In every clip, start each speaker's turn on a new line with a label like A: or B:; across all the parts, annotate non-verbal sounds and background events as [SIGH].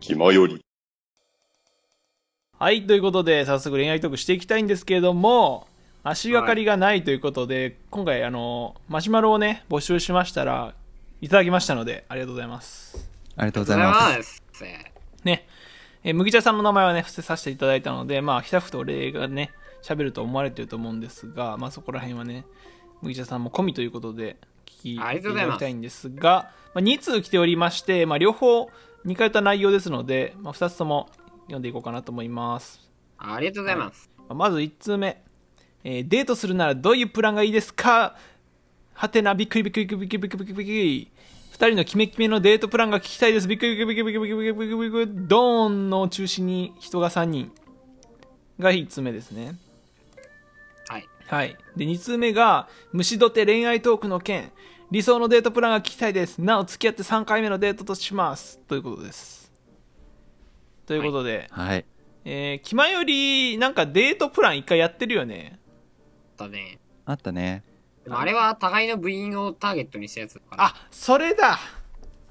A: 暇より。
B: はい、ということで、早速恋愛トークしていきたいんですけれども、足がかりがないということで、今回、あの、マシュマロをね、募集しましたら、いただきましたので、ありがとうございます。
C: ありがとうご
D: ご
C: ざいます。
D: す。
B: ね、えー麦茶さんの名前はね、伏せさせていただいたので、まあ、ひたふとお礼がね、喋ると思われてると思うんですが、まあ、そこら辺はね、麦茶さんも込みということで、聞きい
D: ありがと
B: た
D: うございます
B: だきたいんですが、まあ、2通来ておりまして、まあ、両方似通った内容ですので、まあ、2つとも読んでいこうかなと思います。
D: ありがとうございます。
B: まず1通目、えーデートするならどういうプランがいいですかはてなびっくりびっくりびっくりびっくりびっくりびっくり2人のキメキメのデートプランが聞きたいですびっくりびっくりびっくりびっくりびっくりびっくりびっくりドーンの中心に人が3人が1通目ですね
D: はい。
B: はい。で、2通目が、虫どて恋愛トークの件。理想のデートプランが聞きたいです。なお、付き合って3回目のデートとします。ということです。ということで、
C: はい。
B: えー、気前より、なんかデートプラン1回やってるよね。
D: だね。
C: あったね。
D: でもあれは互いの部員をターゲットにしたやつだから。
B: あ、それだ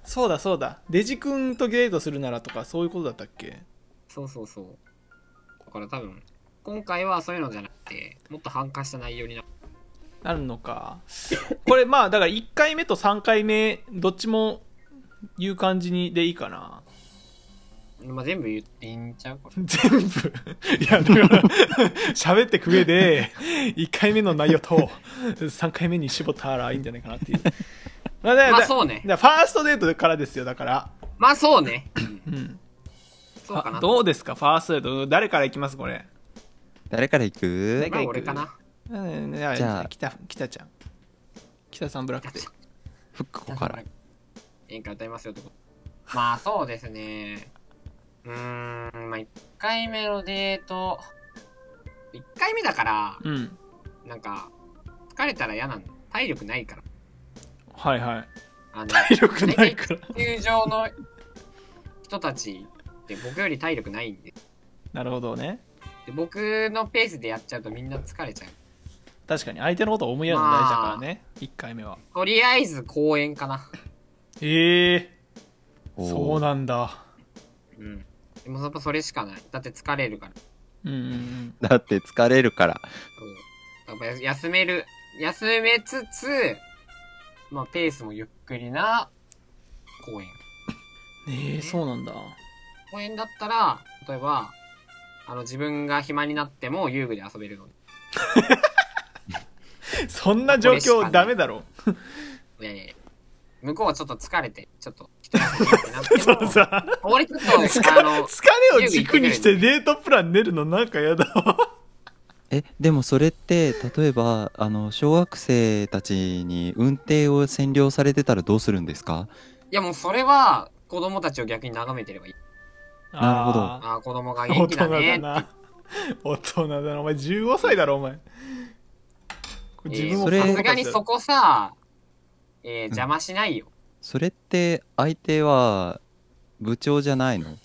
B: そうだそうだ。デジ君とデートするならとか、そういうことだったっけ
D: そうそうそう。だから多分、今回はそういうのじゃなくて、もっと反感した内容になる。
B: なるの [LAUGHS] か。これ、まあ、だから1回目と3回目、どっちも言う感じにでいいかな。
D: まあ、全部言っていいんちゃうこれ。
B: 全部。いや、だから、喋ってく上で、1回目の内容と、3回目に絞ったらいいんじゃないかなっていう。まあ、だ
D: まあそうね
B: だからファーストデートからですよ、だから。
D: まあそうね。
B: うん。
D: そうかな。
B: あどうですか、ファーストデート。誰から行きます、これ。
C: 誰から行く
B: 誰
D: まあ俺かな。
B: うんじ
C: じ
B: ゃ
C: ゃ
B: あ
C: あ
B: 北北ちゃん北さんブラックで
C: ふっここから。
D: 演歌歌いますよってこと。まあそうですね。うーん、まあ1回目のデート。1回目だから、
B: うん
D: なんか、疲れたら嫌なんだ。体力ないから。
B: はい [LAUGHS] はい
D: あの
B: 体力ないから
D: 球場の人たちって僕より体力ないんで
B: なるほどね
D: で僕のペースでやっちゃうとみんな疲れちゃう
B: 確かに相手のことを思いやるの大事だからね、1回目は
D: とりあえず公園かな
B: ええ
C: おー
B: そうなんだ
D: うんでもやっぱそれしかないだって疲れるから
B: うんうんうん
C: だって疲れるから。
D: そうやっぱや休める休めつつまあペースもゆっくりな公園
B: ええそうなんだ
D: 公園だったら例えばあの自分が暇になっても遊具で遊べるの
B: そんな状況ダメだろ [LAUGHS]
D: いやいやいや向こうはちょっと疲れてちょっと一人休みになって
B: [LAUGHS]
D: も
B: そうさ
D: 俺ちょっと、
B: 疲
D: あの、
B: 疲れを軸にしてデートプラン練るのなんかやだわ
C: え、でもそれって、例えば、あの、小学生たちに運転を占領されてたらどうするんですか
D: いやもうそれは、子供たちを逆に眺めてればいい。
C: [LAUGHS] なるほど
B: あ
D: ああ、子供が
B: ー大
D: 元気
B: 人
D: だ
B: だ
D: ね。
B: な大人だなお前15歳だろお前これ自
D: えー
B: 分も
C: それ
D: さすがにそこさ、えー邪魔しないよ。
C: それって、相手は、部長じゃないの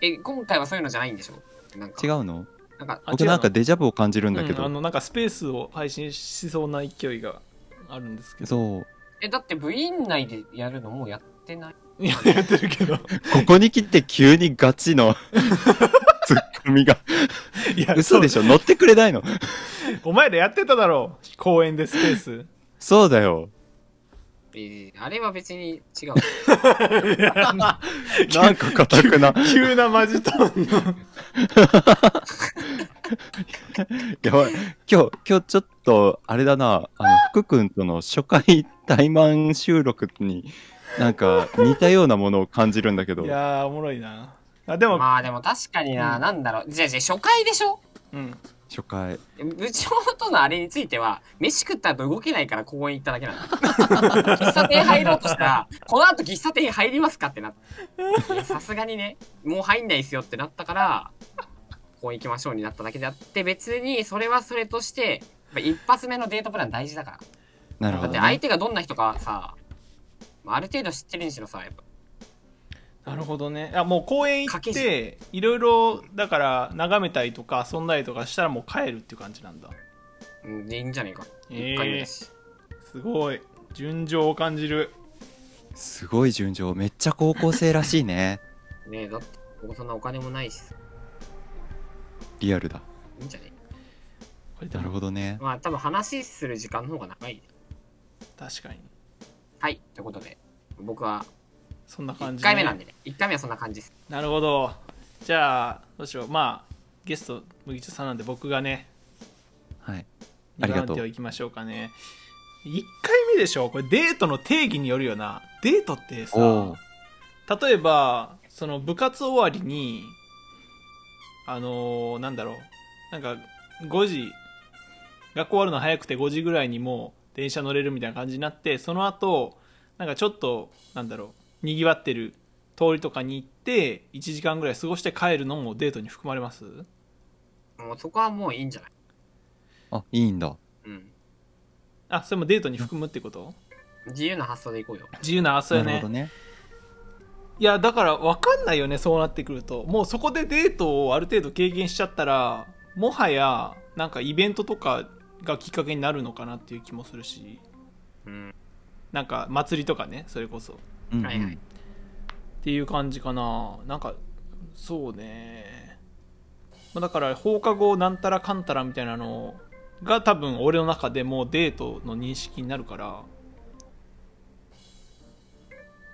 D: え、今回はそういうのじゃないんでしょなんか。
C: 違うの
D: なんか、
B: あ違
C: 僕
B: うの
C: なんかデジャブを感じるんだけ
B: うんあ
C: ど。
B: のなんかスペースを配信しそうな勢いがあるんです
C: [LAUGHS]
B: けど
C: そう。
D: え、だって部員内でやるのもうやってない。
B: いややってるけど
C: ここに来て急にガチ
B: [LAUGHS]
C: のツッコミが。
B: いや
C: [LAUGHS] 嘘で
B: ょ
C: しょ乗ってくれないの
B: お前らやってただろう公園でスペース
C: そうだよ。
D: えーあれは別に違
B: [LAUGHS]
D: う。
C: なんか硬くな。
B: 急なマジトーンの
C: やばい。今日、今日ちょっと、あれだな、あの、福くんとの初回対マン収録に、なんか似たようなものを感じるんだけど。
B: いやーおもろいなあでも、
D: まあでも確かにな、
B: うん
D: なんだろう。じゃあじゃあ初回でしょ
B: うん
C: 初回。
D: 部長とのあれについては、飯食った後動けないから公園行っただけなんだ。 [LAUGHS] 喫茶店入ろうとしたら、この後喫茶店入りますかってなって。いやさすがにね、もう入んないですよってなったから、公園行きましょうになっただけであって、別にそれはそれとして、やっぱ一発目のデートプラン大事だから。
C: なるほ
D: だっ
C: ど、
D: て
C: ね
D: 相。手がどんな人かさ、まあある程度知ってるにしろさ、やっぱ。
B: なるほどねあもう公園行
D: 掛
B: っていろいろだから眺めたりとか遊んだりとかしたらもう帰るっていう感じなんだ
D: うん、でいいんじゃないか。
B: えー
D: 一回目だし。
B: すごい純情を感じる
C: すごい順調。めっちゃ高校生らしいね。
D: ねえ、だって、僕そんなお金もないしさ
C: リアルだ。
D: いいんじゃね
B: これで
C: なる
B: も
C: ほどね。
D: まあ多分話する時間の方が長いね
B: 確かに
D: はいということで僕は
B: そんな感
D: 1
B: じ、
D: 回目なんでね1回目はそんな感じです
B: なるほどじゃあどうしようまあゲスト麦茶さんなんで僕がね
C: はい。あ
B: 2
C: り
B: 番
C: がと
B: 手
C: う
B: をいきましょうかね1回目でしょこれデートの定義によるよなデートってさ
C: おー
B: 例えばその部活終わりにあのーなんだろうなんか5時学校終わるの早くて5時ぐらいにもう電車乗れるみたいな感じになってその後なんかちょっとなんだろうにぎわってる通りとかに行って1時間ぐらい過ごして帰るのもデートに含まれます
D: もうそこはもういいんじゃない
C: あ、いいんだ。
D: うん
B: あそれもデートに含むってこと
D: 自由な発想でいこうよ
B: 自由な遊び
C: なる
B: ね
C: ほどね。
B: いやだから分かんないよねそうなってくるともうそこでデートをある程度経験しちゃったらもはやなんかイベントとかがきっかけになるのかなっていう気もするし
D: うん
B: なんか祭りとかねそれこそっ
C: うんうん
D: はいはい
B: ていう感じかななんかそうねまあだから放課後なんたらかんたらみたいなのが多分俺の中でもうデートの認識になるから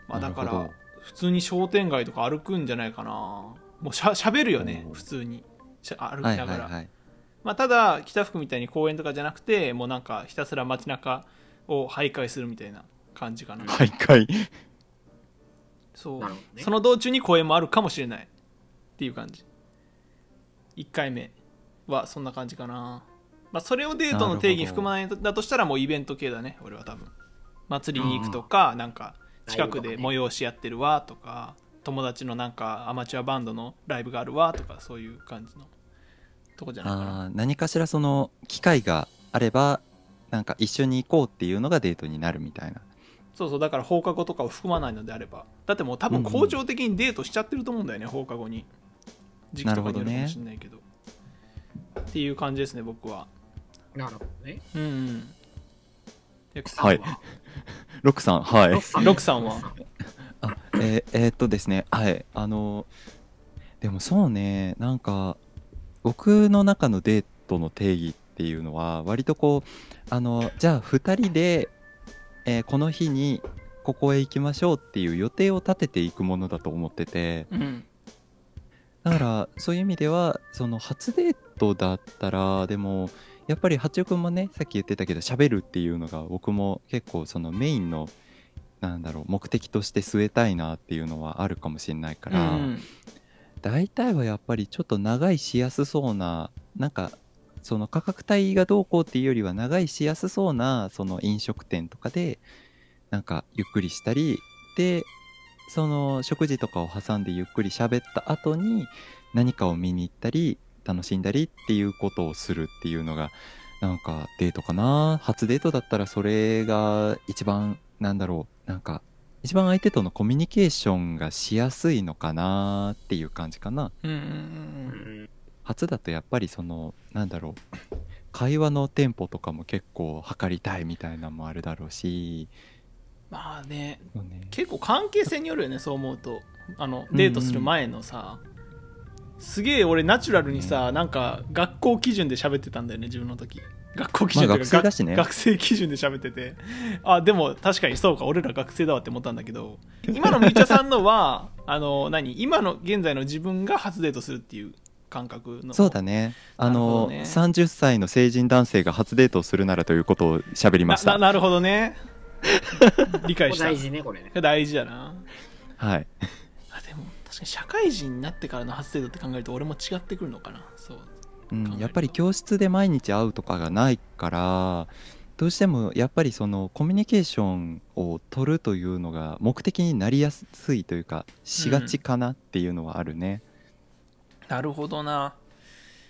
B: まあだか
C: なるほ
B: ら
C: ど
B: 普通に商店街とか歩くんじゃないかなもうしゃ喋るよね
C: おー
B: 普通にしゃ歩き
C: は
B: ないがら、
C: はいはい。
B: まあ、ただ北福みたいに公園とかじゃなくてもうなんかひたすら街中を徘徊するみたいな感じかな、
C: 徘徊。
B: そう、
D: なるほどね
B: その道中に公園もあるかもしれないっていう感じ1回目はそんな感じかな、まあ、それをデートの定義に含まないだとしたらもうイベント系だね俺は多分祭りに行くとかなんか近くで催しやってるわとか友達のなんかアマチュアバンドのライブがあるわとかそういう感じのとこじゃないかな
C: あー何かしらその機会があればなんか一緒に行こうっていうのがデートになるみたいな
B: そうそうだから放課後とかを含まないのであればだってもう多分校長的にデートしちゃってると思うんだよね、放課後に時期とかによるかもしれないけどっていう感じですね僕は
D: なるほどね
B: うん、うんで
C: はいロックさんはい
D: ロクさん
B: ロクさんは
D: ロク
C: あえーえーっとですねはいあのでもそうねなんか僕の中のデートの定義っていうのは割とこうあのじゃあ2人で、えーこの日にここへ行きましょうっていう予定を立てていくものだと思ってて
B: うん
C: だからそういう意味ではその初デートだったらでもやっぱり八代君もねさっき言ってたけど喋るっていうのが僕も結構そのメインのなんだろう目的として据えたいなっていうのはあるかもしれないか
B: う
C: ら、
B: ん
C: 大体はやっぱりちょっと長いしやすそうななんかその価格帯がどうこうっていうよりは長いしやすそうなその飲食店とかでなんかゆっくりしたりでその食事とかを挟んでゆっくり喋った後に何かを見に行ったり楽しんだりっていうことをするっていうのがなんかデートかな初デートだったらそれが一番なんだろうなんか一番相手とのコミュニケーションがしやすいのかなっていう感じかな
B: うんうんうん
D: さ
B: う
D: んうんん
C: 初だとやっぱりそのなんだろう会話のテンポとかも結構測りたいみたいなのもあるだろうし、
B: まあね
C: そうね
B: 結構関係性によるよねそう思うとあのデートする前のさ、すげえ俺ナチュラルにさなんか学校基準で喋ってたんだよね自分の時学校基準というか
C: まあ学生だしね
B: 学学生基準で喋っててあでも確かにそうか俺ら学生だわって思ったんだけど今のみちゃさんのは [LAUGHS] あの何今の現在の自分が初デートするっていう感覚の
C: そうだねあ
B: なるほ
C: の
B: どね
C: 30歳の成人男性が初デートをするならということを喋りまし
B: な [LAUGHS] な
C: た
B: なるほどね理解
D: ここ
B: した
D: 大事ねこれね
B: 大事だな
C: はい
B: あでも確かに社会人になってからの初デートって考えると俺も違ってくるのかなそう
C: うん
B: 考える
C: やっぱり教室で毎日会うとかがないからどうしてもやっぱりそのコミュニケーションを取るというのが目的になりやすいというかしがちかなっていうのはあるね。
B: なるほどな、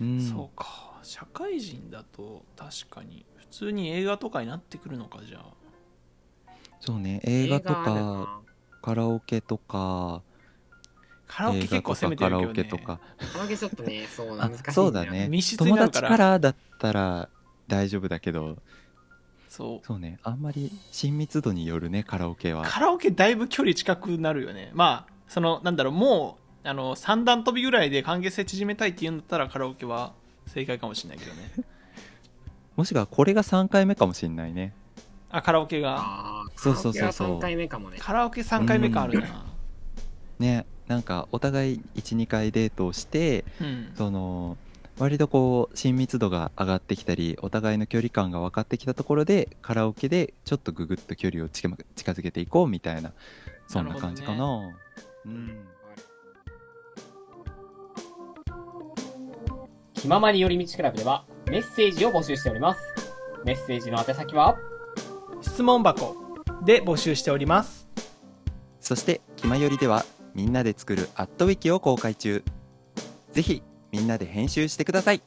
C: うん
B: そうか社会人だと確かに普通に映画とかになってくるのかじゃあ
C: そうね映画とかカラオケとか
B: カラオケ
C: 映画
B: 結構
C: と
B: 攻
C: か
B: めてるけ
C: カラ
B: ど、ね、
C: オケとか
D: カラオケちょっとねそう
C: あ
D: 難しいんだよ
C: そうだね
B: 密室に
C: 友
B: なる
C: 達
B: から
C: からだったら大丈夫だけど
B: そう
C: そうねあんまり親密度によるねカラオケは。
B: カラオケだいぶ距離近くなるよねまあそのなんだろうもうあの三段跳びぐらいで関係性縮めたいって言うんだったらカラオケは正解かもしれないけど [LAUGHS] ね
C: もしくはこれが3回目かもしんないね
B: あカラオケが
D: ああ、
C: そうそうそうそう
D: 3回目かもね。
B: カラオケ3回目かあるな
C: ねなんかお互い12回デートをして
B: うん
C: その割とこう親密度が上がってきたりお互いの距離感が分かってきたところでカラオケでちょっとググッと距離を近ま近づけていこうみたいなそんな感じかな
B: な
C: うん
D: 気ままに寄り道クラブではメッセージを募集しております。メッセージの宛先は、
B: 質問箱で募集しております
C: そして「きまより」ではみんなで作る「アットウィキを公開中ぜひみんなで編集してください